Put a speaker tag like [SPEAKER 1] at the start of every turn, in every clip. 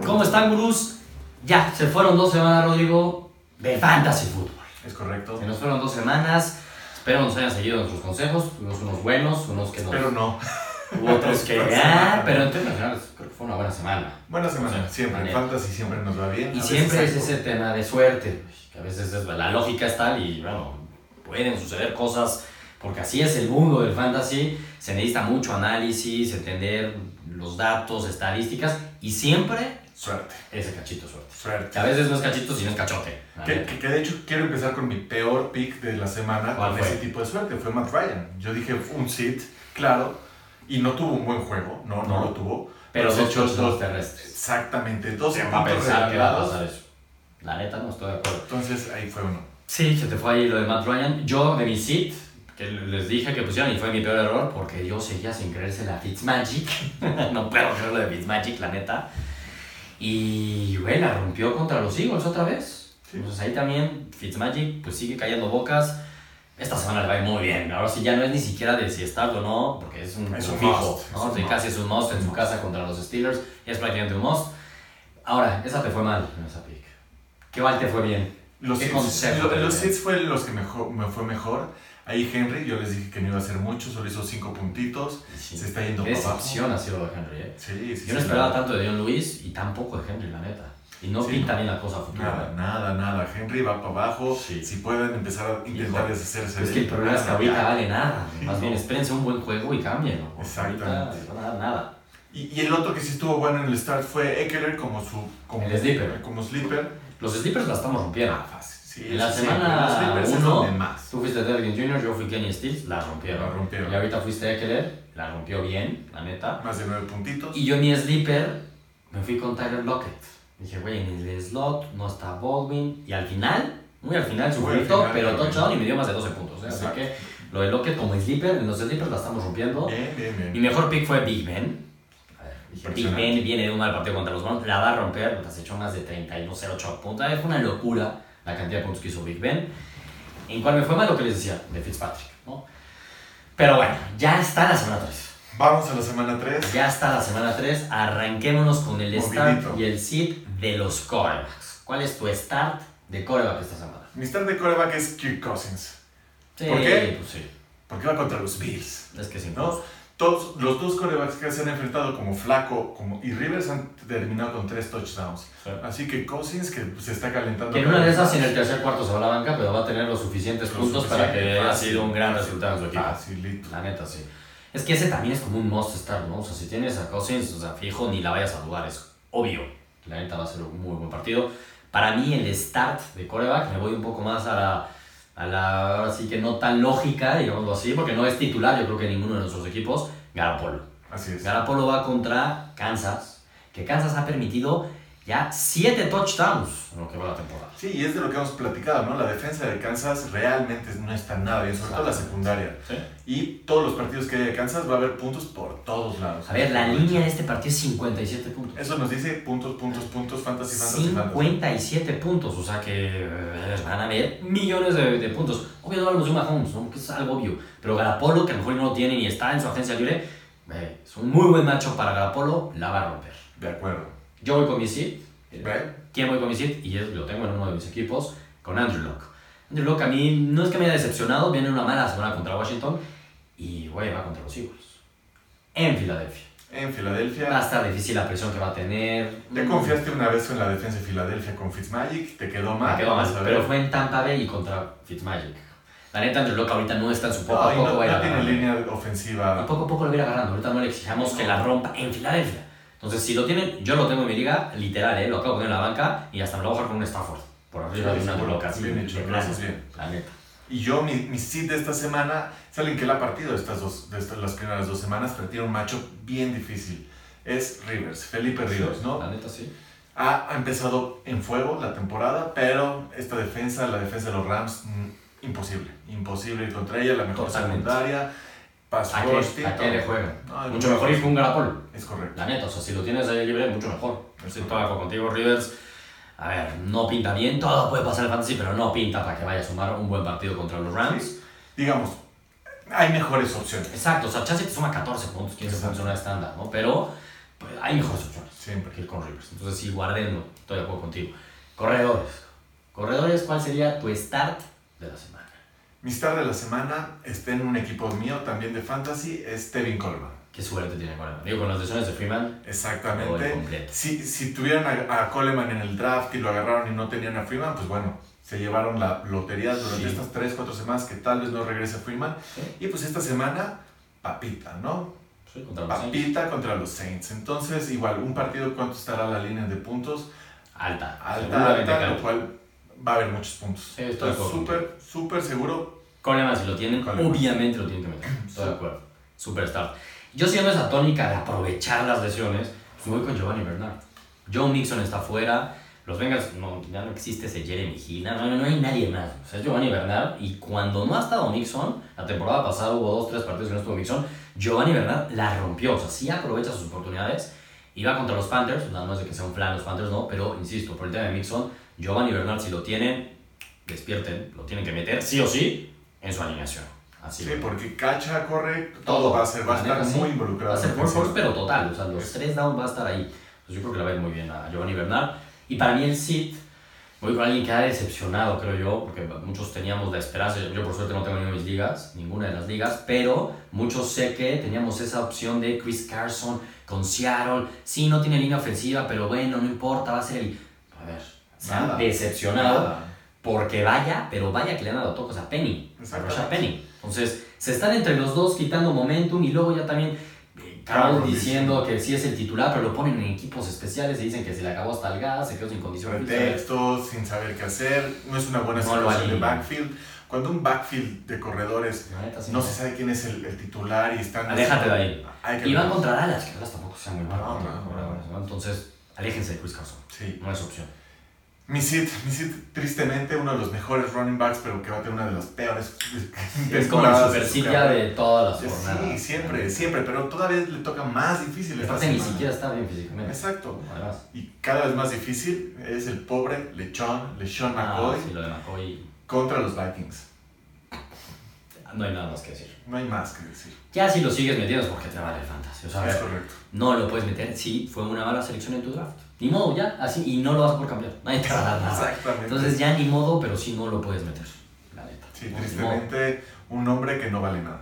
[SPEAKER 1] Cangurús, ya, se fueron dos semanas, Rodrigo, de Fantasy Football.
[SPEAKER 2] Es correcto.
[SPEAKER 1] Se nos fueron dos semanas. Espero nos hayan seguido nuestros consejos. Tuvimos unos buenos, unos que no.
[SPEAKER 2] Pero no.
[SPEAKER 1] Hubo otros que. Ah,
[SPEAKER 2] Buena semana.
[SPEAKER 1] pero en términos generales, creo que fue una buena semana.
[SPEAKER 2] Buena semana,
[SPEAKER 1] O sea,
[SPEAKER 2] siempre. En
[SPEAKER 1] manera.
[SPEAKER 2] fantasy siempre nos va bien.
[SPEAKER 1] Y
[SPEAKER 2] A veces
[SPEAKER 1] siempre
[SPEAKER 2] hay
[SPEAKER 1] es
[SPEAKER 2] por-
[SPEAKER 1] ese tema de suerte, que a veces es- la lógica es tal y bueno, pueden suceder cosas, porque así es el mundo del fantasy, se necesita mucho análisis, entender los datos, estadísticas, y siempre
[SPEAKER 2] Suerte,
[SPEAKER 1] ese cachito de suerte. Que
[SPEAKER 2] suerte.
[SPEAKER 1] a veces no es cachito, sino es cachote. la
[SPEAKER 2] Que,
[SPEAKER 1] neta.
[SPEAKER 2] que- que de hecho quiero empezar con mi peor pick de la semana
[SPEAKER 1] ¿Cuál
[SPEAKER 2] con
[SPEAKER 1] fue?
[SPEAKER 2] ese tipo de suerte. Fue Matt Ryan. Yo dije un sit, claro, y no tuvo un buen juego. No, no,
[SPEAKER 1] No.
[SPEAKER 2] lo tuvo.
[SPEAKER 1] Pero
[SPEAKER 2] de
[SPEAKER 1] son
[SPEAKER 2] hecho
[SPEAKER 1] touchdowns terrestres.
[SPEAKER 2] Exactamente, dos
[SPEAKER 1] Para
[SPEAKER 2] puntos
[SPEAKER 1] pensar que va a
[SPEAKER 2] regalados.
[SPEAKER 1] pasar eso. La neta no estoy de acuerdo.
[SPEAKER 2] Entonces ahí fue uno.
[SPEAKER 1] Sí, se te fue ahí lo de Matt Ryan. Yo de mi sit, que les dije que pusieron y fue mi peor error porque yo seguía sin creerse la Fitzmagic. no puedo creer lo de Fitzmagic, la neta. Y güey, la rompió contra los Eagles otra vez.
[SPEAKER 2] Sí.
[SPEAKER 1] Entonces ahí también Fitzmagic pues sigue cayendo bocas. Esta semana le va a ir muy bien. Ahora sí ya no es ni siquiera de si está o no, porque es un,
[SPEAKER 2] Es
[SPEAKER 1] un
[SPEAKER 2] un
[SPEAKER 1] fijo.
[SPEAKER 2] must,
[SPEAKER 1] ¿no?
[SPEAKER 2] es un
[SPEAKER 1] O sea,
[SPEAKER 2] must.
[SPEAKER 1] casi es un must en su casa contra los Steelers. Es prácticamente un must. Ahora, esa te fue mal, esa pick. ¿Qué mal te fue bien?
[SPEAKER 2] Los
[SPEAKER 1] ¿Qué
[SPEAKER 2] hits,
[SPEAKER 1] consejo
[SPEAKER 2] lo-
[SPEAKER 1] te
[SPEAKER 2] los
[SPEAKER 1] daría?
[SPEAKER 2] hits fue los que mejor, me fue mejor. Ahí Henry, yo les dije que no iba a hacer mucho, solo hizo cinco puntitos.
[SPEAKER 1] Sí.
[SPEAKER 2] Se está yendo
[SPEAKER 1] Qué
[SPEAKER 2] para abajo.
[SPEAKER 1] decepción ha sido lo de Henry, ¿eh?
[SPEAKER 2] Sí, sí,
[SPEAKER 1] Yo no
[SPEAKER 2] sí,
[SPEAKER 1] esperaba
[SPEAKER 2] la-
[SPEAKER 1] tanto de John Lewis y tampoco de Henry, la neta. Y no
[SPEAKER 2] Sí,
[SPEAKER 1] pinta
[SPEAKER 2] no.
[SPEAKER 1] bien la cosa a futuro. ¿eh?
[SPEAKER 2] Nada, nada, nada. Henry va para abajo.
[SPEAKER 1] Sí.
[SPEAKER 2] Si pueden empezar a intentar
[SPEAKER 1] Híjole.
[SPEAKER 2] deshacerse
[SPEAKER 1] Es
[SPEAKER 2] de
[SPEAKER 1] que el
[SPEAKER 2] él.
[SPEAKER 1] problema es que ahorita vale nada.
[SPEAKER 2] Sí,
[SPEAKER 1] Más
[SPEAKER 2] no.
[SPEAKER 1] bien, espérense un buen juego y cámbienlo. porque
[SPEAKER 2] Exactamente.
[SPEAKER 1] ahorita No van a dar nada.
[SPEAKER 2] Y, y el otro que sí estuvo bueno en el start fue Eckler como su. Como,
[SPEAKER 1] El sleeper.
[SPEAKER 2] Como sleeper.
[SPEAKER 1] Los Sleepers la estamos rompiendo.
[SPEAKER 2] fácil. Sí,
[SPEAKER 1] En la
[SPEAKER 2] sí,
[SPEAKER 1] semana
[SPEAKER 2] pero Los sleepers es
[SPEAKER 1] uno,
[SPEAKER 2] donde más.
[SPEAKER 1] Tú fuiste Devin Jr., yo fui Kenny Stills, la rompieron.
[SPEAKER 2] La rompieron.
[SPEAKER 1] Y ahorita fuiste Eckler, la rompió bien, la neta.
[SPEAKER 2] Más de nueve puntitos.
[SPEAKER 1] Y yo en mi sleeper me fui con Tyler Lockett. Dije, güey, en el slot no está Baldwin. Y al final, muy al final, su
[SPEAKER 2] Muy al
[SPEAKER 1] grito,
[SPEAKER 2] final,
[SPEAKER 1] pero
[SPEAKER 2] pero
[SPEAKER 1] touchdown y me dio más de 12 puntos. ¿eh? Así
[SPEAKER 2] Exacto.
[SPEAKER 1] que lo de Lockett como sleeper, en los sleepers la estamos rompiendo.
[SPEAKER 2] Bien, bien, bien.
[SPEAKER 1] Mi mejor pick fue Big Ben. A ver, dije, Big
[SPEAKER 2] Impresionante.
[SPEAKER 1] Ben viene de un mal partido contra los Browns, la va a romper, se echó más de 31-08 puntos. A ver, Fue una locura la cantidad de puntos que hizo Big Ben. En cual me fue mal lo que les decía de Fitzpatrick, ¿no? Pero bueno, ya está la semana 3.
[SPEAKER 2] Vamos a la semana 3.
[SPEAKER 1] Ya está la semana 3, arranquémonos con el start
[SPEAKER 2] Movidito.
[SPEAKER 1] y el sit de los corebacks. ¿Cuál es tu start de coreback esta semana?
[SPEAKER 2] Mi start de coreback es Kirk Cousins.
[SPEAKER 1] Sí,
[SPEAKER 2] ¿Por qué?
[SPEAKER 1] Pues sí,
[SPEAKER 2] Porque va contra los Bills.
[SPEAKER 1] es que sí.
[SPEAKER 2] ¿no? Todos, los dos corebacks que se han enfrentado como Flaco como, y Rivers han terminado con tres touchdowns.
[SPEAKER 1] Sí.
[SPEAKER 2] Así que Cousins, que se está calentando.
[SPEAKER 1] Que en
[SPEAKER 2] cada
[SPEAKER 1] una de
[SPEAKER 2] vez
[SPEAKER 1] esas
[SPEAKER 2] más.
[SPEAKER 1] en el tercer cuarto se va a la banca, pero va a tener los suficientes
[SPEAKER 2] Lo
[SPEAKER 1] puntos para que
[SPEAKER 2] suficiente,
[SPEAKER 1] haya
[SPEAKER 2] fácil,
[SPEAKER 1] sido un gran
[SPEAKER 2] fácil,
[SPEAKER 1] resultado en su
[SPEAKER 2] Ah,
[SPEAKER 1] equipo.
[SPEAKER 2] Facilito.
[SPEAKER 1] La neta, sí. Es que ese también es como un must start, ¿no? O sea, si tienes a Cousins, o sea, fijo, ni la vayas a dudar, es obvio. La neta va a ser un muy buen partido. Para mí, el start de coreback, me voy un poco más a la, a la, ahora sí que no tan lógica, digámoslo así, porque no es titular, yo creo que ninguno de nuestros equipos, Garapolo.
[SPEAKER 2] Así es.
[SPEAKER 1] Garapolo va contra Kansas, que Kansas ha permitido ya 7 touchdowns en lo que va la temporada.
[SPEAKER 2] Sí, y es de lo que hemos platicado, ¿no? La defensa de Kansas realmente no está nada bien, sobre todo la secundaria.
[SPEAKER 1] ¿Sí?
[SPEAKER 2] Y todos los partidos que haya de Kansas va a haber puntos por todos lados.
[SPEAKER 1] A ver, la línea de este partido es 57 puntos.
[SPEAKER 2] Eso nos dice puntos, puntos, puntos, fantasy, fantasy, fantasy.
[SPEAKER 1] 57 puntos, o sea que eh, van a haber millones de, de puntos. Obvio no hablamos de Mahomes, ¿no? que es algo obvio, pero Garapolo, que a lo mejor no lo tiene ni está en su agencia libre, eh, es un muy buen macho para Garapolo, la va a romper.
[SPEAKER 2] De acuerdo.
[SPEAKER 1] Yo voy con mi sit,
[SPEAKER 2] ¿Ve?
[SPEAKER 1] ¿quién voy con mi sit? Y es- lo tengo en uno de mis equipos, con Andrew Locke. Andrew Locke a mí no es que me haya decepcionado, viene una mala semana contra Washington y güey, va contra los Eagles. En Filadelfia.
[SPEAKER 2] En
[SPEAKER 1] Va a
[SPEAKER 2] Filadelfia.
[SPEAKER 1] estar difícil la presión que va a tener.
[SPEAKER 2] Te confiaste una vez en la defensa de Filadelfia con Fitzmagic, te quedó mal.
[SPEAKER 1] Me quedó
[SPEAKER 2] vamos
[SPEAKER 1] mal,
[SPEAKER 2] a ver.
[SPEAKER 1] Ah, pero fue en Tampa Bay y contra Fitzmagic. La neta, Andrew Locke ahorita no está en su poco
[SPEAKER 2] No,
[SPEAKER 1] a
[SPEAKER 2] y
[SPEAKER 1] poco.
[SPEAKER 2] no,
[SPEAKER 1] va a ir
[SPEAKER 2] no tiene
[SPEAKER 1] agarrando.
[SPEAKER 2] línea
[SPEAKER 1] Y
[SPEAKER 2] ofensiva.
[SPEAKER 1] poco a poco lo va a ir agarrando. Ahorita no le exijamos que la rompa en Filadelfia. Entonces, si lo tienen, yo lo tengo en mi liga, literal, ¿eh? lo acabo de poner en la banca y hasta me lo voy a jugar con un Stafford. Por arriba
[SPEAKER 2] Sí,
[SPEAKER 1] de un Andrew
[SPEAKER 2] seguro.
[SPEAKER 1] Locke, así.
[SPEAKER 2] Bien hecho,
[SPEAKER 1] de
[SPEAKER 2] lo
[SPEAKER 1] plano,
[SPEAKER 2] haces bien.
[SPEAKER 1] La neta.
[SPEAKER 2] Y yo, mi, mi seed de esta semana, es alguien que la ha partido estas dos, de estas, las primeras dos semanas, pero tiene un macho bien difícil. Es Rivers, Felipe Ríos, ¿no?
[SPEAKER 1] La neta, sí.
[SPEAKER 2] Ha, ha empezado en fuego la temporada, pero esta defensa, la defensa de los Rams, mm, imposible. Imposible ir contra ella, la mejor
[SPEAKER 1] Totalmente.
[SPEAKER 2] secundaria. Pass
[SPEAKER 1] ¿A
[SPEAKER 2] rush,
[SPEAKER 1] qué, ¿A
[SPEAKER 2] TikTok.
[SPEAKER 1] qué le juega?
[SPEAKER 2] No,
[SPEAKER 1] Mucho mejor ir con Garapol.
[SPEAKER 2] Es correcto.
[SPEAKER 1] La neta, o sea, si lo tienes ahí libre, mucho mejor. Estoy
[SPEAKER 2] Exacto.
[SPEAKER 1] trabajo contigo, Rivers. A ver, no pinta bien, todo puede pasar en fantasy, pero no pinta para que vaya a sumar un buen partido contra los Rams.
[SPEAKER 2] Digamos, hay mejores opciones.
[SPEAKER 1] Exacto, o sea, chance te suma 14 puntos, 15
[SPEAKER 2] Exacto.
[SPEAKER 1] puntos en una estándar, ¿no? Pero pues, hay mejores opciones
[SPEAKER 2] Siempre.
[SPEAKER 1] que ir con Rivers. Entonces sí, guárdenlo, estoy de acuerdo contigo. Corredores. Corredores, ¿cuál sería tu start de la semana?
[SPEAKER 2] Mi star de la semana está en un equipo mío también de fantasy, es Tevin Coleman.
[SPEAKER 1] Qué suerte tiene Coleman. Digo, con las lesiones de Freeman, todo el
[SPEAKER 2] Exactamente.
[SPEAKER 1] completo.
[SPEAKER 2] Si, si tuvieran a, a Coleman en el draft y lo agarraron y no tenían a Freeman, pues bueno, se llevaron la lotería durante
[SPEAKER 1] Sí.
[SPEAKER 2] estas 3, 4 semanas que tal vez no regrese Freeman.
[SPEAKER 1] Sí.
[SPEAKER 2] Y pues esta semana, papita, ¿no?
[SPEAKER 1] Sí, contra los Saints.
[SPEAKER 2] Papita contra los Saints. Entonces, igual, un partido, ¿cuánto estará la línea de puntos?
[SPEAKER 1] Alta.
[SPEAKER 2] Alta,
[SPEAKER 1] Seguramente
[SPEAKER 2] alta, lo
[SPEAKER 1] alta.
[SPEAKER 2] cual va a haber muchos puntos.
[SPEAKER 1] Sí, estoy de
[SPEAKER 2] Estoy
[SPEAKER 1] acuerdo
[SPEAKER 2] súper, súper seguro.
[SPEAKER 1] Coleman, si lo tienen,
[SPEAKER 2] Coleman.
[SPEAKER 1] obviamente lo tienen que meter. Estoy de
[SPEAKER 2] Sí.
[SPEAKER 1] acuerdo. Superstar. Yo siendo esa tónica de aprovechar las lesiones, pues me voy con Giovanni Bernard. Joe Mixon está fuera. Los Bengals, no, ya no existe ese Jeremy Hill, no, no, no hay nadie más. O sea, es Giovanni Bernard. Y cuando no ha estado Mixon, la temporada pasada hubo dos, tres partidos que no estuvo Mixon, Giovanni Bernard la rompió. O sea, sí aprovecha sus oportunidades. Iba contra los Panthers, o sea, no es de que sea un plan los Panthers, no, pero insisto, por el tema de Mixon, Giovanni Bernard, si lo tienen, despierten, lo tienen que meter sí o sí en su alineación. Así
[SPEAKER 2] Sí,
[SPEAKER 1] lo-
[SPEAKER 2] porque cacha, corre, todo,
[SPEAKER 1] Todo.
[SPEAKER 2] va a ser, va
[SPEAKER 1] La
[SPEAKER 2] a estar
[SPEAKER 1] neta, sí.
[SPEAKER 2] muy involucrado.
[SPEAKER 1] Va a ser
[SPEAKER 2] en
[SPEAKER 1] por
[SPEAKER 2] ofensiva.
[SPEAKER 1] force, pero total. O sea, los tres down va a estar ahí. Pues yo creo que le va a ir muy bien a Giovanni Bernard. Y para mí el sit, voy con alguien que ha decepcionado, creo yo, porque muchos teníamos la esperanza. Yo por suerte no tengo ninguna de mis ligas, ninguna de las ligas, pero muchos sé que teníamos esa opción de Chris Carson con Seattle. Sí, no tiene línea ofensiva, pero bueno, no importa, va a ser el... A ver, se han
[SPEAKER 2] Nada.
[SPEAKER 1] decepcionado.
[SPEAKER 2] Nada.
[SPEAKER 1] Porque vaya, pero vaya que le han dado tocos a Penny. A
[SPEAKER 2] Exactamente.
[SPEAKER 1] Rashad Penny. Entonces, se están entre los dos quitando momentum y luego ya también eh, Carroll
[SPEAKER 2] Carroll
[SPEAKER 1] diciendo que sí es el titular, pero lo ponen en equipos especiales y dicen que se le acabó hasta el gas, se quedó sin condición física.
[SPEAKER 2] pretextos, sin saber qué hacer, no es una buena
[SPEAKER 1] No lo
[SPEAKER 2] situación de
[SPEAKER 1] alinean.
[SPEAKER 2] backfield. Cuando un backfield de corredores
[SPEAKER 1] La neta, sí,
[SPEAKER 2] no
[SPEAKER 1] no.
[SPEAKER 2] se sabe quién es el, el titular y están...
[SPEAKER 1] Aléjate de ahí.
[SPEAKER 2] Hay que
[SPEAKER 1] Y van contra Dallas, que Dallas tampoco sea muy malo.
[SPEAKER 2] No,
[SPEAKER 1] contra-
[SPEAKER 2] no,
[SPEAKER 1] contra
[SPEAKER 2] no.
[SPEAKER 1] Dallas, ¿no? Entonces, aléjense de Chris Carson.
[SPEAKER 2] Sí.
[SPEAKER 1] No es opción.
[SPEAKER 2] Misit, Misit, tristemente, uno de los mejores running backs, pero que va a tener una de las peores
[SPEAKER 1] Es como la
[SPEAKER 2] temporadas de su
[SPEAKER 1] supercilia
[SPEAKER 2] carrera.
[SPEAKER 1] de todas las jornadas.
[SPEAKER 2] Sí, siempre, siempre, pero todavía le toca más difícil esta
[SPEAKER 1] Aparte, ni
[SPEAKER 2] semana.
[SPEAKER 1] siquiera está bien físicamente.
[SPEAKER 2] Exacto.
[SPEAKER 1] Además.
[SPEAKER 2] Y cada vez más difícil es el pobre lechón, lechón
[SPEAKER 1] Ah,
[SPEAKER 2] McCoy,
[SPEAKER 1] sí, lo de McCoy.
[SPEAKER 2] contra los Vikings.
[SPEAKER 1] No hay nada más que decir.
[SPEAKER 2] No hay más que decir.
[SPEAKER 1] Ya si lo sigues metiendo es porque te vale el fantasy. O sea,
[SPEAKER 2] Es correcto.
[SPEAKER 1] no lo puedes meter si fue una mala selección en tu draft. Ni modo, ya, así, y no lo vas por cambiar. Nadie te va a dar nada.
[SPEAKER 2] Exactamente.
[SPEAKER 1] Entonces ya ni modo, pero sí no lo puedes meter. La neta.
[SPEAKER 2] Sí,
[SPEAKER 1] No, ni modo.
[SPEAKER 2] tristemente, un hombre que no vale nada.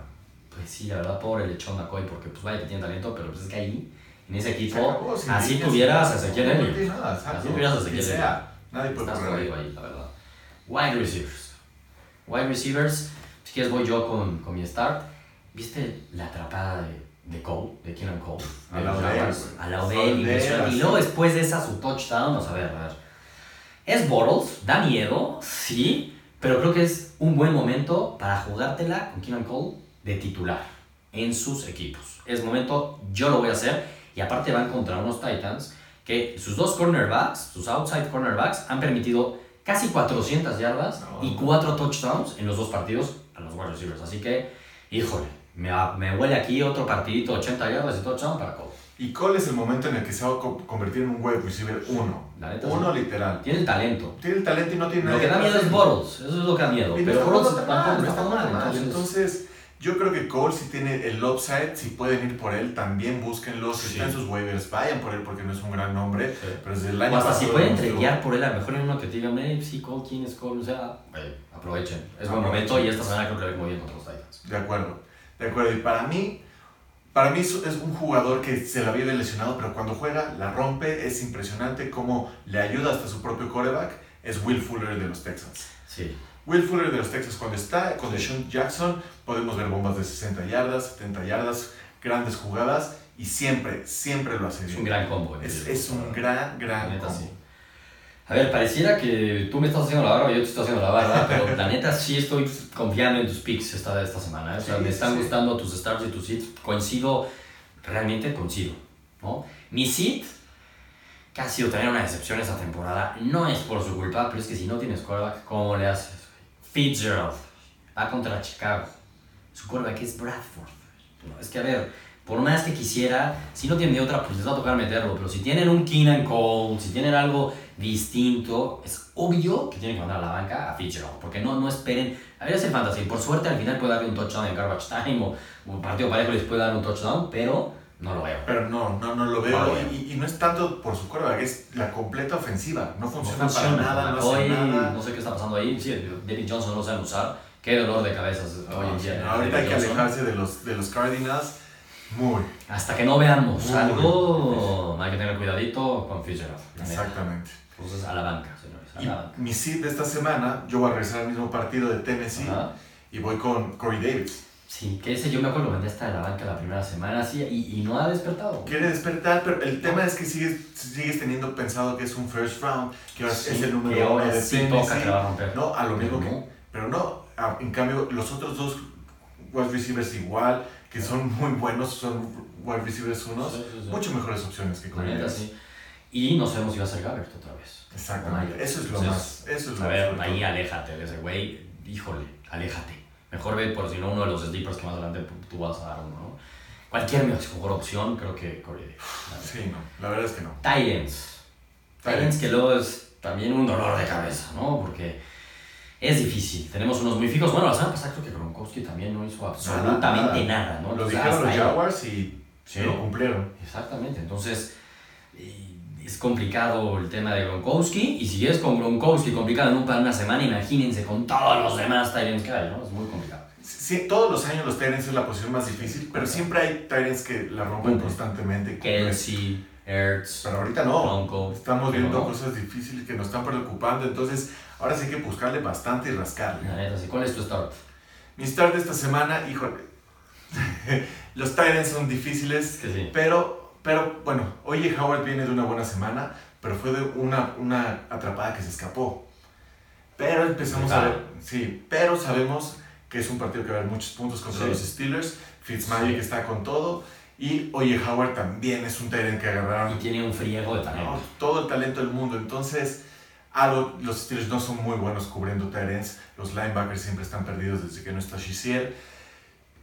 [SPEAKER 1] Pues sí, la verdad, pobre lechón McCoy, porque pues vaya que tiene talento, pero pues es que ahí, en ese
[SPEAKER 2] Se
[SPEAKER 1] equipo,
[SPEAKER 2] acabó, sin
[SPEAKER 1] así
[SPEAKER 2] líneas,
[SPEAKER 1] tuvieras a
[SPEAKER 2] sin-
[SPEAKER 1] Ezequiel
[SPEAKER 2] No
[SPEAKER 1] Elliott.
[SPEAKER 2] tiene nada, exacto.
[SPEAKER 1] Así tuvieras a Ezequiel
[SPEAKER 2] Quien
[SPEAKER 1] Elliott.
[SPEAKER 2] sea, nadie puede
[SPEAKER 1] Estás
[SPEAKER 2] correr.
[SPEAKER 1] jodido ahí, la verdad. Wide receivers. Wide receivers. Si quieres voy yo con, con mi start. ¿Viste la atrapada de, de Cole? De Keenan Cole.
[SPEAKER 2] Al lado de él,
[SPEAKER 1] Jaguars.
[SPEAKER 2] güey.
[SPEAKER 1] Al lado de él,
[SPEAKER 2] Son de él,
[SPEAKER 1] impresionante. Y
[SPEAKER 2] así.
[SPEAKER 1] luego después de esa su touchdown, vamos a ver, a ver. Es Bottles, da miedo, sí, pero creo que es un buen momento para jugártela con Keenan Cole de titular en sus equipos. Es momento, yo lo voy a hacer. Y aparte van contra unos Titans que sus dos cornerbacks, sus outside cornerbacks, han permitido casi 400 yardas
[SPEAKER 2] No.
[SPEAKER 1] y cuatro touchdowns en los dos partidos a los wide receivers. Así que, híjole, me, me huele aquí otro partidito, 80 yardas y touchdown para Cole.
[SPEAKER 2] Y Cole es el momento en el que se va a co- convertir en un wide receiver uno.
[SPEAKER 1] La neta,
[SPEAKER 2] Uno literal.
[SPEAKER 1] Tiene el talento.
[SPEAKER 2] Tiene el talento y no tiene
[SPEAKER 1] Lo
[SPEAKER 2] nadie
[SPEAKER 1] que da
[SPEAKER 2] para
[SPEAKER 1] miedo es
[SPEAKER 2] hacerlo.
[SPEAKER 1] Bottles, eso es lo que da miedo.
[SPEAKER 2] Y no
[SPEAKER 1] Pero
[SPEAKER 2] está jugando
[SPEAKER 1] Bottles
[SPEAKER 2] tan mal,
[SPEAKER 1] tampoco
[SPEAKER 2] no
[SPEAKER 1] está tan mal, entonces,
[SPEAKER 2] Entonces, yo creo que Cole si tiene el upside, si pueden ir por él, también búsquenlo. Si
[SPEAKER 1] Sí.
[SPEAKER 2] están sus waivers, vayan por él porque no es un gran nombre.
[SPEAKER 1] sí.
[SPEAKER 2] Pero desde el
[SPEAKER 1] O
[SPEAKER 2] año
[SPEAKER 1] hasta si
[SPEAKER 2] pasado
[SPEAKER 1] pueden
[SPEAKER 2] demostró-
[SPEAKER 1] trellar por él, a lo mejor en uno que te digan, eh, sí, Cole, ¿quién es Cole? O sea, eh, aprovechen. Es buen
[SPEAKER 2] Aprovechen.
[SPEAKER 1] momento y esta semana creo que lo ven muy bien contra los Titans.
[SPEAKER 2] De acuerdo, de acuerdo. Y para mí, para mí es es un jugador que se la vive lesionado, pero cuando juega, la rompe, es impresionante cómo le ayuda hasta su propio coreback. Es Will Fuller de los Texans.
[SPEAKER 1] Sí,
[SPEAKER 2] Will Fuller de los Texans, cuando está con Deshaun Jackson, podemos ver bombas de 60 yardas, 70 yardas, grandes jugadas, y siempre, siempre lo hace
[SPEAKER 1] es un
[SPEAKER 2] bien.
[SPEAKER 1] gran combo. eh.
[SPEAKER 2] Es, es un gran,
[SPEAKER 1] La
[SPEAKER 2] gran
[SPEAKER 1] neta,
[SPEAKER 2] combo.
[SPEAKER 1] sí. A ver, pareciera que tú me estás haciendo la barba y yo te estoy haciendo la barba, pero la neta sí estoy confiando en tus picks esta, esta semana. ¿eh? O sea,
[SPEAKER 2] Sí,
[SPEAKER 1] me
[SPEAKER 2] sí,
[SPEAKER 1] están
[SPEAKER 2] sí.
[SPEAKER 1] gustando tus starts y tus hits. Coincido, realmente coincido. ¿no? Mi sit, que ha sido tener una decepción esta temporada, no es por su culpa, pero es que si no tienes quarterback, ¿cómo le haces? Fitzgerald va contra Chicago. Su quarterback es Bradford. No, es que a ver, por más que quisiera, si no tienen de otra, pues les va a tocar meterlo. Pero si tienen un Keenan Cole, si tienen algo distinto, es obvio que tienen que mandar a la banca a Fitzgerald. Porque no, no esperen. A ver, es el fantasy. Por suerte, al final puede darle un touchdown en garbage time o, o partido parejo les puede dar un touchdown, pero No lo veo.
[SPEAKER 2] Pero no, no, no lo veo.
[SPEAKER 1] No lo veo.
[SPEAKER 2] Y, y no es tanto por su coreback, es la completa ofensiva. No funciona,
[SPEAKER 1] no funciona.
[SPEAKER 2] para nada, no hace
[SPEAKER 1] Hoy,
[SPEAKER 2] nada.
[SPEAKER 1] no sé qué está pasando ahí. Sí, David Johnson no lo sabe usar. Qué dolor de cabezas hoy en
[SPEAKER 2] Ah, Sí,
[SPEAKER 1] día.
[SPEAKER 2] ahorita hay
[SPEAKER 1] David
[SPEAKER 2] que
[SPEAKER 1] Johnson.
[SPEAKER 2] alejarse de los, de los Cardinals. Muy,
[SPEAKER 1] Hasta que no veamos
[SPEAKER 2] Uy.
[SPEAKER 1] algo, hay que tener cuidadito con Fitzgerald. la neta.
[SPEAKER 2] exactamente.
[SPEAKER 1] Entonces, a la banca, señores. A
[SPEAKER 2] Y
[SPEAKER 1] la banca.
[SPEAKER 2] mi seed de esta semana, yo voy a regresar al mismo partido de Tennessee
[SPEAKER 1] Ajá.
[SPEAKER 2] y voy con Corey Davis.
[SPEAKER 1] Sí, que ese yo me acuerdo, lo vendí hasta la banca la primera semana sí, y, y no ha despertado.
[SPEAKER 2] Quiere despertar, pero el tema es que sigues, sigues teniendo pensado que es un first round, que ahora
[SPEAKER 1] Sí,
[SPEAKER 2] es el
[SPEAKER 1] que
[SPEAKER 2] número uno
[SPEAKER 1] ahora
[SPEAKER 2] de
[SPEAKER 1] sí toca que la
[SPEAKER 2] Tennessee.
[SPEAKER 1] va a romper.
[SPEAKER 2] No, a lo mismo que.
[SPEAKER 1] No.
[SPEAKER 2] Pero no, a- en cambio, los otros dos wide receivers igual, que son muy buenos, son wide receivers unos,
[SPEAKER 1] Sí, sí, sí.
[SPEAKER 2] mucho mejores opciones que
[SPEAKER 1] La
[SPEAKER 2] Corey
[SPEAKER 1] neta,
[SPEAKER 2] Davis.
[SPEAKER 1] sí. Y no sabemos si va a ser Gabbert otra vez.
[SPEAKER 2] Exactamente, eso es lo
[SPEAKER 1] Entonces,
[SPEAKER 2] más. Eso es
[SPEAKER 1] Pues A
[SPEAKER 2] lo más
[SPEAKER 1] ver,
[SPEAKER 2] sobre
[SPEAKER 1] ahí
[SPEAKER 2] todo.
[SPEAKER 1] aléjate de ese güey. Híjole, aléjate. Mejor ve por si no uno de los sleepers que más adelante tú vas a dar uno, ¿no? Cualquier mejor opción, creo que Corey Davis. la neta.
[SPEAKER 2] Sí, no, la verdad es que no.
[SPEAKER 1] Titans. Titans que luego es también un dolor de cabeza, ¿no? Porque es difícil. Tenemos unos muy fijos. Bueno, la semana pasada creo que Gronkowski también no hizo absolutamente nada, ¿no?
[SPEAKER 2] Lo
[SPEAKER 1] Entonces,
[SPEAKER 2] dijeron
[SPEAKER 1] hasta
[SPEAKER 2] los
[SPEAKER 1] ahí.
[SPEAKER 2] Jaguars y
[SPEAKER 1] Sí.
[SPEAKER 2] lo cumplieron.
[SPEAKER 1] Exactamente. Entonces, eh, es complicado el tema de Gronkowski. Y si es con Gronkowski complicado en un para una semana, imagínense con todos los demás Titans que hay, ¿no? Es muy complicado.
[SPEAKER 2] Sí, todos los años los Tyrants es la posición más difícil, pero siempre hay Tyrants que la rompen
[SPEAKER 1] Cumplen.
[SPEAKER 2] constantemente.
[SPEAKER 1] Kelsey, Ertz,
[SPEAKER 2] Pero ahorita no.
[SPEAKER 1] Bronco.
[SPEAKER 2] Estamos
[SPEAKER 1] Pero
[SPEAKER 2] viendo
[SPEAKER 1] no.
[SPEAKER 2] cosas difíciles que nos están preocupando, entonces ahora sí hay que buscarle bastante y rascarle.
[SPEAKER 1] La neta, sí. ¿Cuál es tu start?
[SPEAKER 2] Mi start de esta semana, híjole. los Tyrants son difíciles,
[SPEAKER 1] Es que sí.
[SPEAKER 2] pero, pero bueno, oye, Howard viene de una buena semana, pero fue de una, una atrapada que se escapó. Pero empezamos a
[SPEAKER 1] Ah.
[SPEAKER 2] ver, sí, pero sabemos que es un partido que va a haber muchos puntos contra
[SPEAKER 1] Sí.
[SPEAKER 2] los Steelers. Fitzmagic
[SPEAKER 1] Sí.
[SPEAKER 2] está con todo. Y oye, Howard también es un Tyrant que agarraron
[SPEAKER 1] Y tiene un friego de
[SPEAKER 2] ¿no?
[SPEAKER 1] talento.
[SPEAKER 2] todo el talento del mundo. Entonces, algo, los Steelers no son muy buenos cubriendo Terence. Los linebackers siempre están perdidos desde que no está Shisiel.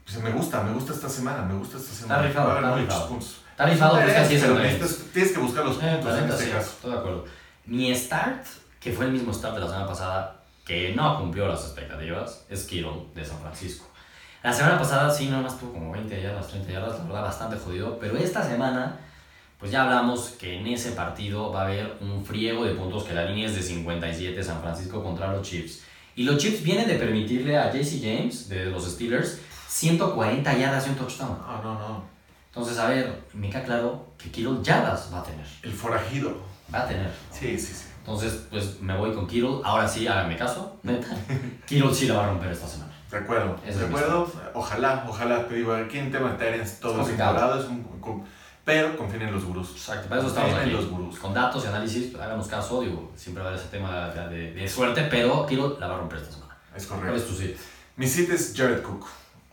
[SPEAKER 2] Pues me gusta, me gusta esta semana, me gusta esta semana.
[SPEAKER 1] rifado,
[SPEAKER 2] Va a haber
[SPEAKER 1] está
[SPEAKER 2] muchos
[SPEAKER 1] rifado.
[SPEAKER 2] puntos.
[SPEAKER 1] Está rifado, pero es que
[SPEAKER 2] Terence,
[SPEAKER 1] así es el
[SPEAKER 2] pero
[SPEAKER 1] Titans.
[SPEAKER 2] necesitas- Tienes que buscar los
[SPEAKER 1] Eh,
[SPEAKER 2] puntos
[SPEAKER 1] la
[SPEAKER 2] en
[SPEAKER 1] neta,
[SPEAKER 2] este
[SPEAKER 1] sí,
[SPEAKER 2] caso.
[SPEAKER 1] Estoy de acuerdo. Mi start, que fue el mismo start de la semana pasada, que no cumplió las expectativas, es Kittle de San Francisco. La semana pasada sí, nada más tuvo como 20 yardas, 30 yardas, la verdad bastante jodido, pero esta semana, pues ya hablamos que en ese partido va a haber un friego de puntos, que la línea es de 57 San Francisco contra los Chiefs. Y los Chiefs vienen de permitirle a JC James, de los Steelers, 140 yardas y un touchdown.
[SPEAKER 2] No, no, no.
[SPEAKER 1] Entonces, a ver, me queda claro que Kittle yardas va a tener.
[SPEAKER 2] El forajido.
[SPEAKER 1] Va a tener.
[SPEAKER 2] Sí, sí, sí.
[SPEAKER 1] Entonces, pues me voy con Kittle. Ahora sí, háganme caso, neta. Kittle sí la va a romper esta semana.
[SPEAKER 2] De acuerdo,
[SPEAKER 1] Es
[SPEAKER 2] de
[SPEAKER 1] lo
[SPEAKER 2] acuerdo. Ojalá, ojalá, te digo, aquí en tema de Terence todo es
[SPEAKER 1] complicado.
[SPEAKER 2] ignorado, es un- con- pero confíen en los gurús.
[SPEAKER 1] Exacto, para eso estamos
[SPEAKER 2] Confíen
[SPEAKER 1] aquí.
[SPEAKER 2] en los gurús.
[SPEAKER 1] Con datos y análisis, pues, háganos caso. Digo, siempre va a haber ese tema de, de suerte, pero Kittle la va a romper esta semana.
[SPEAKER 2] Es
[SPEAKER 1] ¿Cuál
[SPEAKER 2] correcto.
[SPEAKER 1] es tu sí?
[SPEAKER 2] Mi sit es Jared Cook,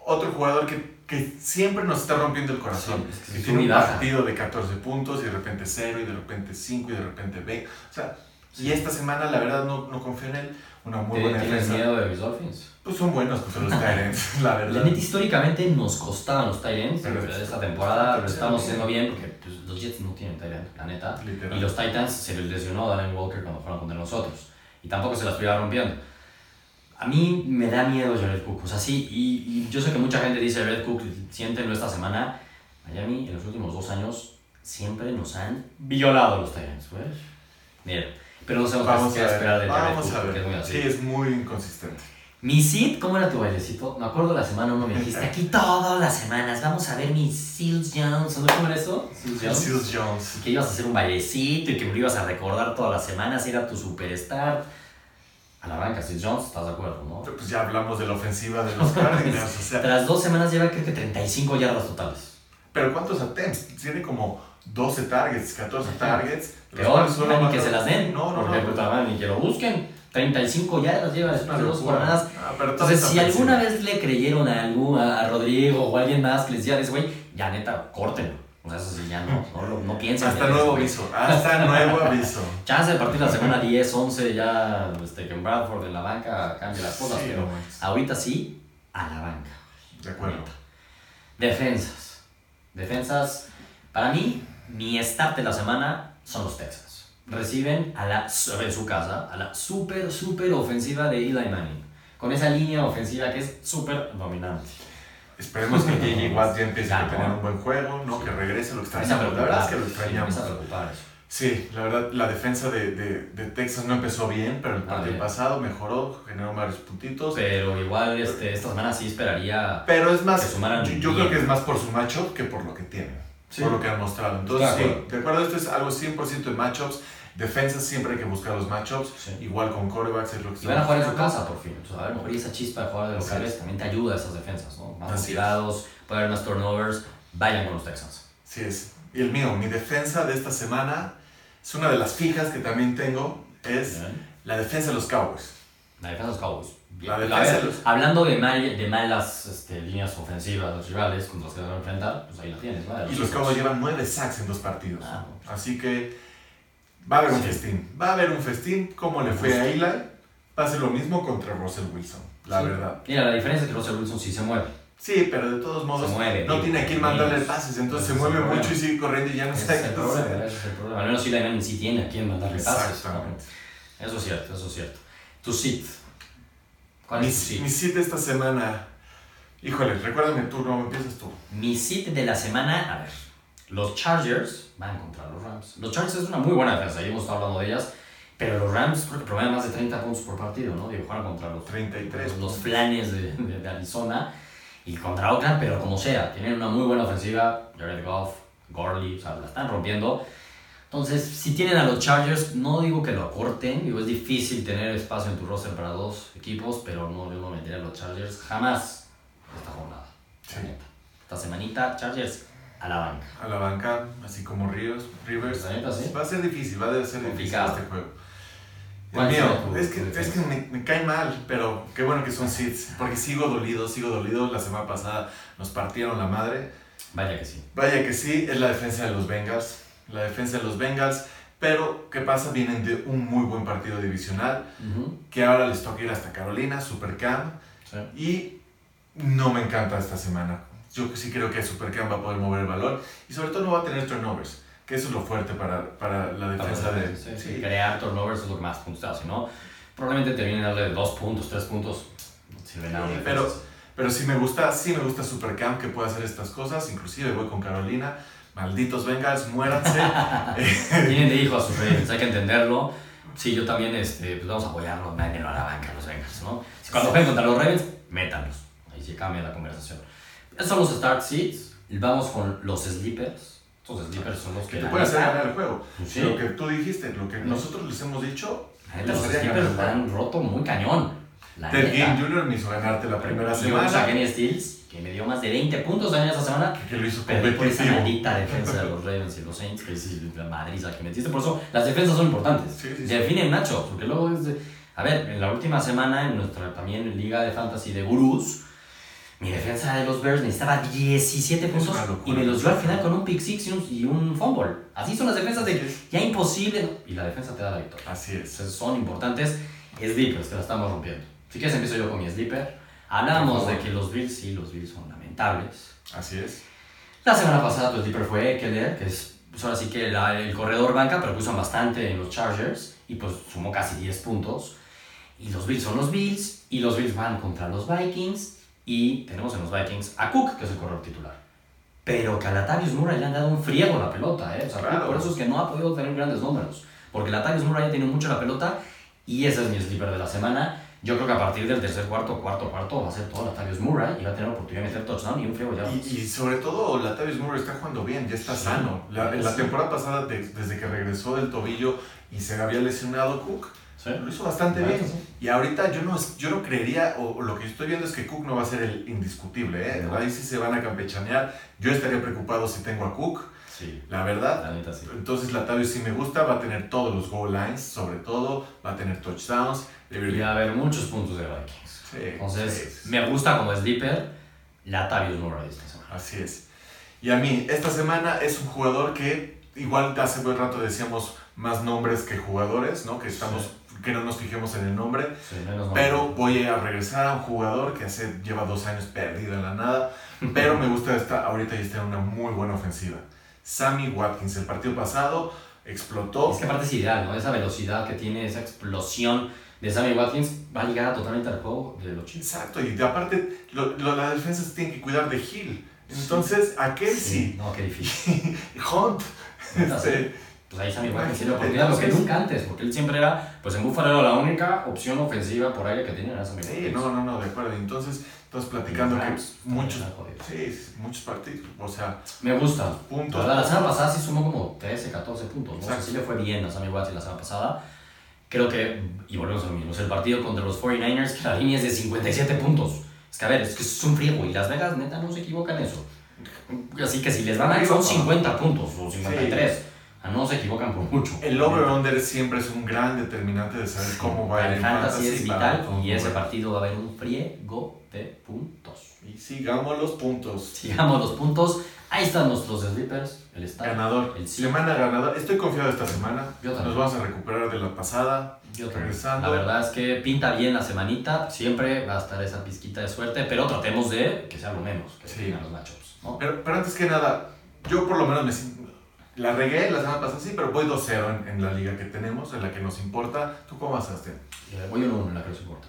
[SPEAKER 2] otro jugador que, que siempre nos está rompiendo el corazón.
[SPEAKER 1] Sí, es que
[SPEAKER 2] que
[SPEAKER 1] es
[SPEAKER 2] tiene
[SPEAKER 1] un
[SPEAKER 2] un
[SPEAKER 1] baja.
[SPEAKER 2] partido de 14 puntos y de repente 0 y de repente 5 y de repente 20. O sea, y esta semana la verdad no, no confío en él. Una muy buena
[SPEAKER 1] ¿Tienes
[SPEAKER 2] defensa.
[SPEAKER 1] miedo de mis Dolphins?
[SPEAKER 2] Pues son buenos contra los Tyrants, la
[SPEAKER 1] La
[SPEAKER 2] verdad.
[SPEAKER 1] neta, históricamente nos costaban los Titans,
[SPEAKER 2] Pero
[SPEAKER 1] pero,
[SPEAKER 2] es-
[SPEAKER 1] esta temporada lo
[SPEAKER 2] está
[SPEAKER 1] estamos
[SPEAKER 2] bien.
[SPEAKER 1] haciendo bien porque pues, los Jets no tienen Titans, la neta.
[SPEAKER 2] Literal.
[SPEAKER 1] Y los Titans se les lesionó a Darren Walker cuando fueron contra nosotros. Y tampoco se las iba rompiendo. A mí me da miedo Jared Cook. O sea, sí, y, y yo sé que mucha gente dice Jared Cook, siéntenlo esta semana. Miami en los últimos dos años siempre nos han violado los Titans, pues. Mira, pero no sabemos
[SPEAKER 2] Vamos
[SPEAKER 1] qué
[SPEAKER 2] a
[SPEAKER 1] esperar
[SPEAKER 2] ver,
[SPEAKER 1] de Jared
[SPEAKER 2] vamos
[SPEAKER 1] Cook,
[SPEAKER 2] a
[SPEAKER 1] que es muy
[SPEAKER 2] ver.
[SPEAKER 1] así.
[SPEAKER 2] Sí, es muy inconsistente.
[SPEAKER 1] Mi Sid, ¿cómo era tu bailecito? Me acuerdo la semana uno me dijiste, aquí todas las semanas vamos a ver mi Seals Jones. ¿No cómo era eso? Seals Jones.
[SPEAKER 2] Seals Jones.
[SPEAKER 1] Y que ibas a hacer un bailecito y que me lo ibas a recordar todas las semanas, era tu superstar. A la banca, Seals Jones, ¿estás de acuerdo, no?
[SPEAKER 2] Pues ya hablamos de la ofensiva de los Cardinals. O sea,
[SPEAKER 1] Tras dos semanas lleva creo que 35 yardas totales.
[SPEAKER 2] pero ¿cuántos attempts? Tiene como 12 targets, 14 targets. los
[SPEAKER 1] Peor,
[SPEAKER 2] cuales solo
[SPEAKER 1] ni
[SPEAKER 2] mató-
[SPEAKER 1] que se las den.
[SPEAKER 2] No, no,
[SPEAKER 1] porque
[SPEAKER 2] no.
[SPEAKER 1] puta madre, ni que lo busquen. 35 yardas lleva
[SPEAKER 2] Es una
[SPEAKER 1] después de dos
[SPEAKER 2] locura.
[SPEAKER 1] jornadas.
[SPEAKER 2] Ah, pero todo
[SPEAKER 1] Entonces,
[SPEAKER 2] es
[SPEAKER 1] si alguna
[SPEAKER 2] ofensivo.
[SPEAKER 1] vez le creyeron a algún, a a Rodrigo o a alguien más que les decía, "Ese güey, ya neta, córtenlo. O sea, eso sí, ya no, no, lo- no piensen.
[SPEAKER 2] Hasta
[SPEAKER 1] en eso,
[SPEAKER 2] nuevo
[SPEAKER 1] güey.
[SPEAKER 2] aviso, Ah, hasta nuevo aviso.
[SPEAKER 1] Chance de partir la semana 10, 11, ya este, que en Bradford, en la banca, cambia las cosas. pues.
[SPEAKER 2] Sí,
[SPEAKER 1] pero
[SPEAKER 2] no manches.
[SPEAKER 1] ahorita sí, a la banca.
[SPEAKER 2] De acuerdo.
[SPEAKER 1] Defensas. Defensas, para mí, mi start de la semana son los Texans. Reciben a la, en su casa a la súper, súper ofensiva de Eli Manning. Con esa línea ofensiva que es súper dominante.
[SPEAKER 2] Esperemos que JJ Watt ya empiece
[SPEAKER 1] Ya,
[SPEAKER 2] a tener
[SPEAKER 1] ¿no?
[SPEAKER 2] un buen juego, ¿no? Que regrese lo que está
[SPEAKER 1] Empieza a
[SPEAKER 2] haciendo. La verdad es
[SPEAKER 1] preocupar.
[SPEAKER 2] que lo
[SPEAKER 1] sí,
[SPEAKER 2] extrañamos.
[SPEAKER 1] empieza a preocupar eso.
[SPEAKER 2] Sí, la verdad, la defensa de, de, de Texas no empezó bien, pero el
[SPEAKER 1] Ah,
[SPEAKER 2] partido
[SPEAKER 1] bien.
[SPEAKER 2] pasado mejoró, generó varios puntitos.
[SPEAKER 1] Pero igual este, esta semana sí esperaría.
[SPEAKER 2] Pero es
[SPEAKER 1] Que
[SPEAKER 2] más,
[SPEAKER 1] sumaran
[SPEAKER 2] yo, yo
[SPEAKER 1] bien.
[SPEAKER 2] creo que es más por su matchup que por lo que tienen,
[SPEAKER 1] Sí.
[SPEAKER 2] por lo que han mostrado. Entonces,
[SPEAKER 1] Estoy de
[SPEAKER 2] sí, de acuerdo, esto es algo 100% de matchups. Defensas siempre hay que buscar los matchups,
[SPEAKER 1] Sí.
[SPEAKER 2] igual con corebacks es lo que
[SPEAKER 1] Y van a
[SPEAKER 2] estamos
[SPEAKER 1] jugar en su
[SPEAKER 2] buscando.
[SPEAKER 1] casa por fin. Entonces, a lo mejor y esa chispa de jugar de
[SPEAKER 2] Así
[SPEAKER 1] locales también te ayuda a esas defensas, ¿no? Más
[SPEAKER 2] Así es.
[SPEAKER 1] motivados, puede haber más turnovers. Vayan con los Texans.
[SPEAKER 2] Sí es. Y el mío, mi defensa de esta semana, es una de las fijas que también tengo, es
[SPEAKER 1] Bien.
[SPEAKER 2] la defensa de los Cowboys.
[SPEAKER 1] La defensa de los Cowboys. Bien.
[SPEAKER 2] La
[SPEAKER 1] A ver,
[SPEAKER 2] defensa de los-
[SPEAKER 1] Hablando de, mal- de malas este, líneas ofensivas de los rivales contra los que se van a enfrentar, pues ahí la tienes, ¿vale?
[SPEAKER 2] Y los Cowboys llevan nueve sacks en dos partidos.
[SPEAKER 1] Ah,
[SPEAKER 2] Así que va a haber un
[SPEAKER 1] Sí.
[SPEAKER 2] festín. Va a haber un festín. Como le fue a Eli, va a ser lo mismo contra Russell Wilson, la
[SPEAKER 1] Sí.
[SPEAKER 2] verdad.
[SPEAKER 1] Mira, la diferencia es que Russell Wilson sí se mueve.
[SPEAKER 2] Sí, pero de todos modos
[SPEAKER 1] Se mueve,
[SPEAKER 2] no
[SPEAKER 1] digo,
[SPEAKER 2] tiene a quién
[SPEAKER 1] amigos.
[SPEAKER 2] mandarle pases, entonces se
[SPEAKER 1] Ese es el
[SPEAKER 2] mueve
[SPEAKER 1] problema.
[SPEAKER 2] mucho y sigue corriendo y ya no
[SPEAKER 1] Ese
[SPEAKER 2] está.
[SPEAKER 1] es el
[SPEAKER 2] entonces-
[SPEAKER 1] problema, ese es el problema. Al menos si la Manning sí tiene a quien mandarle pases. ¿no?
[SPEAKER 2] Exactamente.
[SPEAKER 1] Eso es cierto, eso es cierto. Tu sit. ¿Cuál
[SPEAKER 2] Mi,
[SPEAKER 1] es tu sit?
[SPEAKER 2] mi cita esta semana, híjole, recuérdame tú, no empiezas tú.
[SPEAKER 1] Mi sit de la semana, a ver, los Chargers van contra los Rams. Los Chargers es una muy buena defensa, ya hemos estado hablando de ellas, pero los Rams creo que promedian más de 30 puntos por partido, ¿no? Digo, juegan contra los,
[SPEAKER 2] 33.
[SPEAKER 1] los planes de, de- de Arizona y contra Oakland, pero como sea, tienen una muy buena ofensiva, Jared Goff, Gurley, o sea, la están rompiendo. Entonces, si tienen a los Chargers, no digo que lo acorten, digo, es difícil tener espacio en tu roster para dos equipos, pero no, yo no metería a los Chargers jamás esta jornada.
[SPEAKER 2] Sí.
[SPEAKER 1] La neta. Esta semanita, Chargers a la banca.
[SPEAKER 2] A la banca, así como Ríos, Rivers.
[SPEAKER 1] La neta, sí.
[SPEAKER 2] Va a ser difícil, va a ser difícil
[SPEAKER 1] Complicado.
[SPEAKER 2] este juego. El
[SPEAKER 1] ¿Cuál sería tu-
[SPEAKER 2] mío, es
[SPEAKER 1] tu
[SPEAKER 2] que, es
[SPEAKER 1] defensa?
[SPEAKER 2] que me, me cae mal, pero qué bueno que son seeds, porque sigo dolido, sigo dolido. La semana pasada nos partieron la madre.
[SPEAKER 1] Vaya que sí.
[SPEAKER 2] Vaya que sí, es la defensa de los Bengals, la defensa de los Bengals, pero ¿qué pasa? Vienen de un muy buen partido divisional, que ahora les toca ir hasta Carolina, Supercam,
[SPEAKER 1] Sí.
[SPEAKER 2] y no me encanta esta semana. Yo sí creo que Supercam va a poder mover el valor y sobre todo no va a tener turnovers, que eso es lo fuerte para, para la defensa de...
[SPEAKER 1] Ah, Sí, sí,
[SPEAKER 2] sí.
[SPEAKER 1] Crear turnovers es lo que más puntos te hace, ¿no? Probablemente te vienen a darle dos puntos, tres puntos. No te sirve nada.
[SPEAKER 2] Sí,
[SPEAKER 1] una
[SPEAKER 2] pero-
[SPEAKER 1] defensa.
[SPEAKER 2] Pero sí me gusta, sí me gusta Supercam que pueda hacer estas cosas, inclusive voy con Carolina. Malditos Bengals, muéranse.
[SPEAKER 1] Tienen de hijos a sus Ravens, hay que entenderlo. Sí, yo también, este, pues vamos a apoyarlos, nadie a la banca, los Bengals, ¿no? Si cuando jueguen contra los Ravens, métanlos. Ahí sí cambia la conversación. Esos son los start seats. y Vamos con los sleepers. Estos sleepers son los que...
[SPEAKER 2] que te
[SPEAKER 1] la
[SPEAKER 2] puede hacer
[SPEAKER 1] neta-
[SPEAKER 2] ganar el juego.
[SPEAKER 1] Pues sí.
[SPEAKER 2] Lo que tú dijiste, lo que nosotros les hemos dicho,
[SPEAKER 1] La neta, los
[SPEAKER 2] nos haría
[SPEAKER 1] Steelers
[SPEAKER 2] ganar el
[SPEAKER 1] han roto muy cañón. La
[SPEAKER 2] Ted Ginn
[SPEAKER 1] neta.
[SPEAKER 2] Jr. me hizo ganarte la primera
[SPEAKER 1] Y vamos a
[SPEAKER 2] semana,
[SPEAKER 1] Kenny Stills, que me dio más de 20 puntos también esta semana.
[SPEAKER 2] que lo hizo
[SPEAKER 1] Pero por esa
[SPEAKER 2] competitivo.
[SPEAKER 1] maldita defensa de los Ravens y los Saints, que es la madriza que metiste. Por eso las defensas son importantes.
[SPEAKER 2] Sí, sí, sí.
[SPEAKER 1] Definen Nacho, porque luego es de- A ver, en la última semana, en nuestra también Liga de Fantasy de Gurús, mi defensa de los Bears necesitaba 17
[SPEAKER 2] Es
[SPEAKER 1] puntos
[SPEAKER 2] una locura.
[SPEAKER 1] y me los dio al final con un pick six y un, y un fumble. Así son las defensas de
[SPEAKER 2] Sí.
[SPEAKER 1] ya imposible. Y la defensa te da la victoria
[SPEAKER 2] Así es.
[SPEAKER 1] son importantes. Sleepers, que la estamos rompiendo. Si quieres, empiezo yo con mi sleeper. Hablamos de que los Bills, sí, los Bills son lamentables.
[SPEAKER 2] Así es.
[SPEAKER 1] La semana pasada tu sleeper fue Keller, que es pues ahora sí que la- el corredor banca, pero puso bastante en los Chargers y pues sumó casi 10 puntos. Y los Bills son los Bills, y los Bills van contra los Vikings, y tenemos en los Vikings a Cook, que es el corredor titular. Pero que a Latavius Murray le han dado un friego la pelota, ¿eh? O sea,
[SPEAKER 2] Claro.
[SPEAKER 1] Por eso es que no ha podido tener grandes números, porque Latavius Murray ha tenido mucho la pelota, y ese es mi sleeper de la semana. Yo creo que a partir del tercer cuarto, cuarto, cuarto, va a ser todo Latavius Murray, y va a tener oportunidad de meter touchdown y un friego ya.
[SPEAKER 2] Y, y sobre todo, Latavius Murray está jugando bien, ya está
[SPEAKER 1] Sí.
[SPEAKER 2] sano. La, en la
[SPEAKER 1] Sí.
[SPEAKER 2] temporada pasada, de- desde que regresó del tobillo y se había lesionado Cook,
[SPEAKER 1] ¿Sí?
[SPEAKER 2] lo hizo bastante
[SPEAKER 1] Ah,
[SPEAKER 2] bien.
[SPEAKER 1] sí.
[SPEAKER 2] Y ahorita yo no, es- yo no creería, o, o lo que yo estoy viendo es que Cook no va a ser el indiscutible. ¿eh?
[SPEAKER 1] No.
[SPEAKER 2] Ahí sí se van a campechanear. Yo estaría preocupado si tengo a Cook,
[SPEAKER 1] Sí,
[SPEAKER 2] la verdad.
[SPEAKER 1] la neta sí.
[SPEAKER 2] Entonces Latavius sí me gusta, va a tener todos los goal lines, sobre todo, va a tener touchdowns.
[SPEAKER 1] Y
[SPEAKER 2] debería-
[SPEAKER 1] va a haber muchos puntos de Vikings.
[SPEAKER 2] Sí,
[SPEAKER 1] Entonces,
[SPEAKER 2] sí, sí.
[SPEAKER 1] me gusta como sleeper Latavius Murray esta semana.
[SPEAKER 2] Así es. Y a mí, esta semana es un jugador que igual hace buen rato decíamos más nombres que jugadores, ¿no? Que estamos que no nos fijemos en el nombre,
[SPEAKER 1] Sí, menos mal.
[SPEAKER 2] pero voy a regresar a un jugador que hace lleva dos años perdido en la nada, pero me gusta esta ahorita y está en una muy buena ofensiva. Sammy Watkins, el partido pasado explotó.
[SPEAKER 1] Es que aparte es ideal, ¿no? Esa velocidad que tiene, esa explosión de Sammy Watkins va a llegar a totalmente al juego de los Chiefs.
[SPEAKER 2] Exacto, y de- aparte lo, lo- las defensas tienen que cuidar de Hill. Entonces, a Kelsey,
[SPEAKER 1] No, qué difícil.
[SPEAKER 2] Hunt, este,
[SPEAKER 1] Pues ahí Sammy Watkins tiene la
[SPEAKER 2] Imagínate,
[SPEAKER 1] oportunidad, lo que
[SPEAKER 2] entonces-
[SPEAKER 1] nunca antes, porque él siempre era, pues en Buffalo era la única opción ofensiva por aire que tenía era Sammy
[SPEAKER 2] Sí,
[SPEAKER 1] Watkins.
[SPEAKER 2] no, no, no, de acuerdo. Entonces, estás platicando
[SPEAKER 1] Los
[SPEAKER 2] que
[SPEAKER 1] Rams también
[SPEAKER 2] muchos,
[SPEAKER 1] están jodidos.
[SPEAKER 2] sí, sí, muchos partidos, o sea,
[SPEAKER 1] Me gusta. La
[SPEAKER 2] puntos.
[SPEAKER 1] verdad, la semana pasada sí sumó como 13, 14 puntos. ¿no? O sea,
[SPEAKER 2] Exacto.
[SPEAKER 1] sí le fue bien a Sammy Watkins la semana pasada. Creo que, y volvemos a lo mismo, es el partido contra los 49ers, que la línea es de 57 puntos. Es que a ver, es que es un friego y Las Vegas neta no se equivocan en eso. Así que si les van a ir son 50 puntos o 53. Ah, No se equivocan por mucho.
[SPEAKER 2] El over-under siempre es un gran determinante de saber cómo va a ir
[SPEAKER 1] El
[SPEAKER 2] en
[SPEAKER 1] fantasy es
[SPEAKER 2] para
[SPEAKER 1] vital
[SPEAKER 2] todo
[SPEAKER 1] y ese
[SPEAKER 2] juego.
[SPEAKER 1] partido va a haber un friego de puntos.
[SPEAKER 2] Y sigamos los puntos.
[SPEAKER 1] Sigamos los puntos. Ahí están nuestros sleepers, el estado.
[SPEAKER 2] Ganador.
[SPEAKER 1] El sí.
[SPEAKER 2] Semana ganador. Estoy confiado esta semana.
[SPEAKER 1] Yo también.
[SPEAKER 2] Nos vamos a recuperar de la pasada.
[SPEAKER 1] Yo también.
[SPEAKER 2] Regresando.
[SPEAKER 1] La verdad es que pinta bien la semanita, siempre va a estar esa pizquita de suerte, pero tratemos de que sea lo menos, que
[SPEAKER 2] Sí.
[SPEAKER 1] se tengan los matchups, ¿no?
[SPEAKER 2] Pero, pero antes que nada, yo por lo menos me siento- La regué la semana pasada, sí, pero voy 2-0 en, en la liga que tenemos, en la que nos importa. ¿Tú cómo vas, Sebastián?
[SPEAKER 1] Eh, Voy uno a uno, la que nos importa.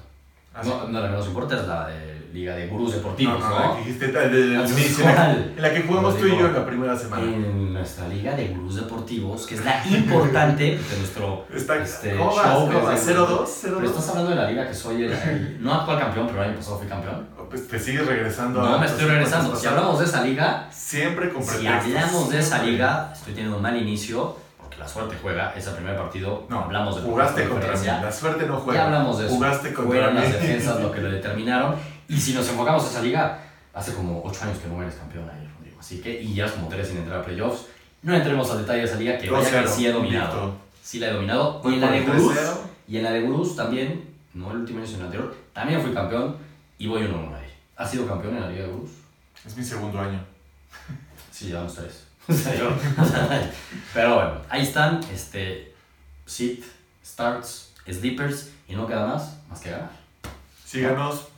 [SPEAKER 2] Ah, sí.
[SPEAKER 1] No, no, la que nos importa es la de Liga de Gurús Deportivos, ¿no?
[SPEAKER 2] la que dijiste, eh, de- de-
[SPEAKER 1] Ah,
[SPEAKER 2] sí,
[SPEAKER 1] sí,
[SPEAKER 2] sí, la-
[SPEAKER 1] ¿cuál? Eh,
[SPEAKER 2] en la que jugamos tú y yo en la primera semana.
[SPEAKER 1] En nuestra Liga de Gurús Deportivos, que es la importante de nuestro
[SPEAKER 2] Está
[SPEAKER 1] este,
[SPEAKER 2] ¿Cómo vas?
[SPEAKER 1] show,
[SPEAKER 2] ¿Cómo
[SPEAKER 1] que
[SPEAKER 2] vas?
[SPEAKER 1] es de-
[SPEAKER 2] 0-2,
[SPEAKER 1] Pero estás
[SPEAKER 2] 0-2.
[SPEAKER 1] hablando de la liga que soy el, el- no actual campeón, pero el año pasado fui campeón.
[SPEAKER 2] Pues te sigues regresando.
[SPEAKER 1] No
[SPEAKER 2] a-
[SPEAKER 1] me estoy regresando. Si hablamos de esa liga,
[SPEAKER 2] Siempre con
[SPEAKER 1] Si
[SPEAKER 2] pretextos.
[SPEAKER 1] hablamos de esa liga, estoy teniendo un mal inicio, porque la suerte juega, es el primer partido,
[SPEAKER 2] No,
[SPEAKER 1] hablamos de
[SPEAKER 2] Jugaste contra mí.
[SPEAKER 1] conferencia,
[SPEAKER 2] La suerte no juega.
[SPEAKER 1] ya hablamos de eso,
[SPEAKER 2] Jugaste contra
[SPEAKER 1] fueron
[SPEAKER 2] mí.
[SPEAKER 1] las defensas lo que lo determinaron, y si nos enfocamos a esa liga, hace como 8 años que no eres campeón ahí, Rodrigo, así que, y ya es como 3 sin entrar a playoffs, no entremos al detalle de esa liga, que vaya que
[SPEAKER 2] 2-0,
[SPEAKER 1] sí he dominado,
[SPEAKER 2] invicto.
[SPEAKER 1] sí la he dominado, y
[SPEAKER 2] Voy
[SPEAKER 1] en la
[SPEAKER 2] por
[SPEAKER 1] de
[SPEAKER 2] el
[SPEAKER 1] Gurús,
[SPEAKER 2] 3-0.
[SPEAKER 1] y en la de Gurús también, no el último año sino el anterior, también fui campeón, y voy 1-1 ahí, ¿has sido campeón en la liga de Gurús?
[SPEAKER 2] Es mi segundo año.
[SPEAKER 1] Sí, llevamos tres. O sea, yo- o sea, Pero bueno, ahí están este, sit, starts, sleepers y no queda más más que ganar.
[SPEAKER 2] Síganos,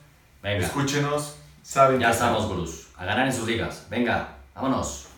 [SPEAKER 1] Venga,
[SPEAKER 2] escúchenos, saben
[SPEAKER 1] ya
[SPEAKER 2] que-
[SPEAKER 1] estamos, gurús. A ganar en sus ligas. Venga, vámonos.